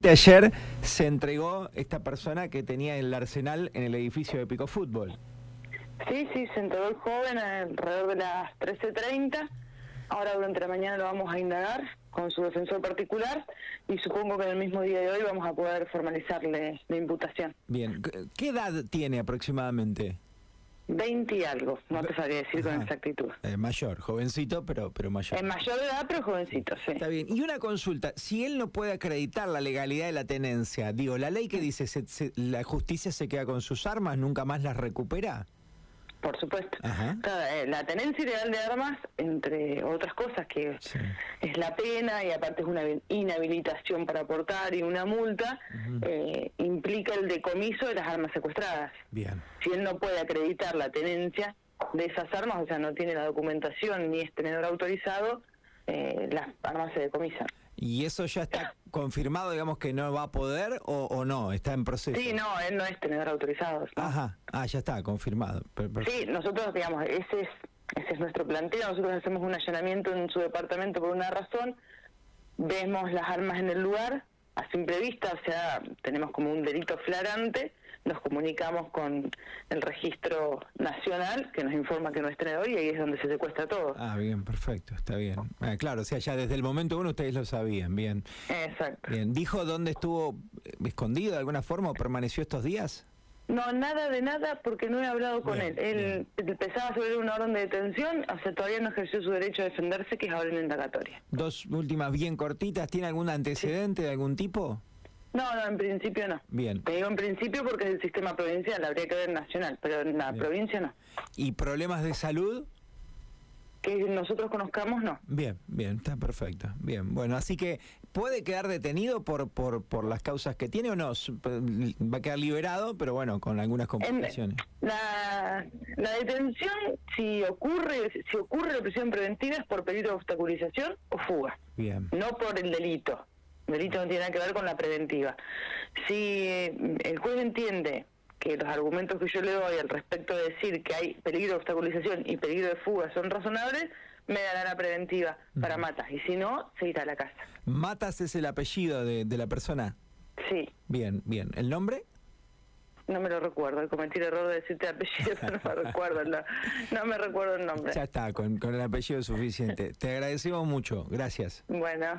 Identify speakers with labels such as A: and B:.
A: Justamente ayer se entregó esta persona que tenía el arsenal en el edificio de Pico Fútbol.
B: Sí, sí, se enteró el joven alrededor de las 13.30. Ahora durante la mañana lo vamos a indagar con su defensor particular y supongo que en el mismo día de hoy vamos a poder formalizarle la imputación.
A: Bien, ¿qué edad tiene aproximadamente?
B: 20 y algo, no te sabría decir con
A: Ajá.
B: exactitud.
A: Eh, mayor, jovencito, pero, pero mayor.
B: Es mayor de edad, pero jovencito, sí.
A: Está bien. Y una consulta, si él no puede acreditar la legalidad de la tenencia, digo, la ley que dice, se- se- la justicia se queda con sus armas, nunca más las recupera.
B: Por supuesto.
A: Ajá.
B: Claro, eh, La tenencia ilegal de armas, entre otras cosas, que
A: Sí.
B: es la pena y aparte es una inhabilitación para portar y una multa, eh, implica el decomiso de las armas secuestradas.
A: Bien.
B: Si él no puede acreditar la tenencia de esas armas, o sea, no tiene la documentación ni es tenedor autorizado, eh, las armas se decomisan.
A: ¿Y eso ya está confirmado, digamos, que no va a poder o, o no? Está en proceso.
B: Sí, no, él no es tenedor autorizado. ¿no?
A: Ajá, ah, ya está, confirmado. Per- per-
B: Sí, nosotros, digamos, ese es, ese es nuestro planteo. Nosotros hacemos un allanamiento en su departamento por una razón, vemos las armas en el lugar, a simple vista, o sea, tenemos como un delito flagrante, nos comunicamos con el registro nacional que nos informa que no es tenedor y ahí es donde se secuestra todo.
A: Ah, bien, perfecto, está bien. Ah, claro, o sea, ya desde el momento uno ustedes lo sabían, bien.
B: Ah, Exacto.
A: Bien, ¿dijo dónde estuvo eh, escondido de alguna forma o permaneció estos días?
B: No, nada de nada porque no he hablado con
A: Bien,
B: él. Él empezaba a sobre una orden de detención, o sea, todavía no ejerció su derecho a defenderse, que es ahora en indagatoria.
A: Dos últimas bien cortitas, ¿tiene algún antecedente de algún tipo?
B: No, no, en principio no.
A: Bien.
B: Te digo en principio porque es el sistema provincial, habría que ver nacional, pero en la
A: Bien.
B: provincia no.
A: ¿Y problemas de salud?
B: Que nosotros conozcamos, no.
A: Bien, bien, está perfecto. Bien, bueno, así que puede quedar detenido por por, por las causas que tiene o no, Su- va a quedar liberado, pero bueno, con algunas
B: En-
A: complicaciones.
B: la, la detención, si ocurre si ocurre la prisión preventiva, es por peligro de obstaculización o fuga,
A: Bien,
B: no por el delito. El delito no tiene nada que ver con la preventiva. Si eh, el juez entiende que los argumentos que yo le doy al respecto de decir que hay peligro de obstaculización y peligro de fuga son razonables, me dará la preventiva para matas y si no, se irá a la casa.
A: Matas es el apellido de, de la persona.
B: Sí,
A: Bien, bien. ¿El nombre?
B: no me lo recuerdo. Cometí el error de decirte apellido, pero no me recuerdo. No, no me recuerdo el nombre.
A: Ya está, con, con el apellido es suficiente. Te agradecemos mucho. Gracias.
B: Bueno.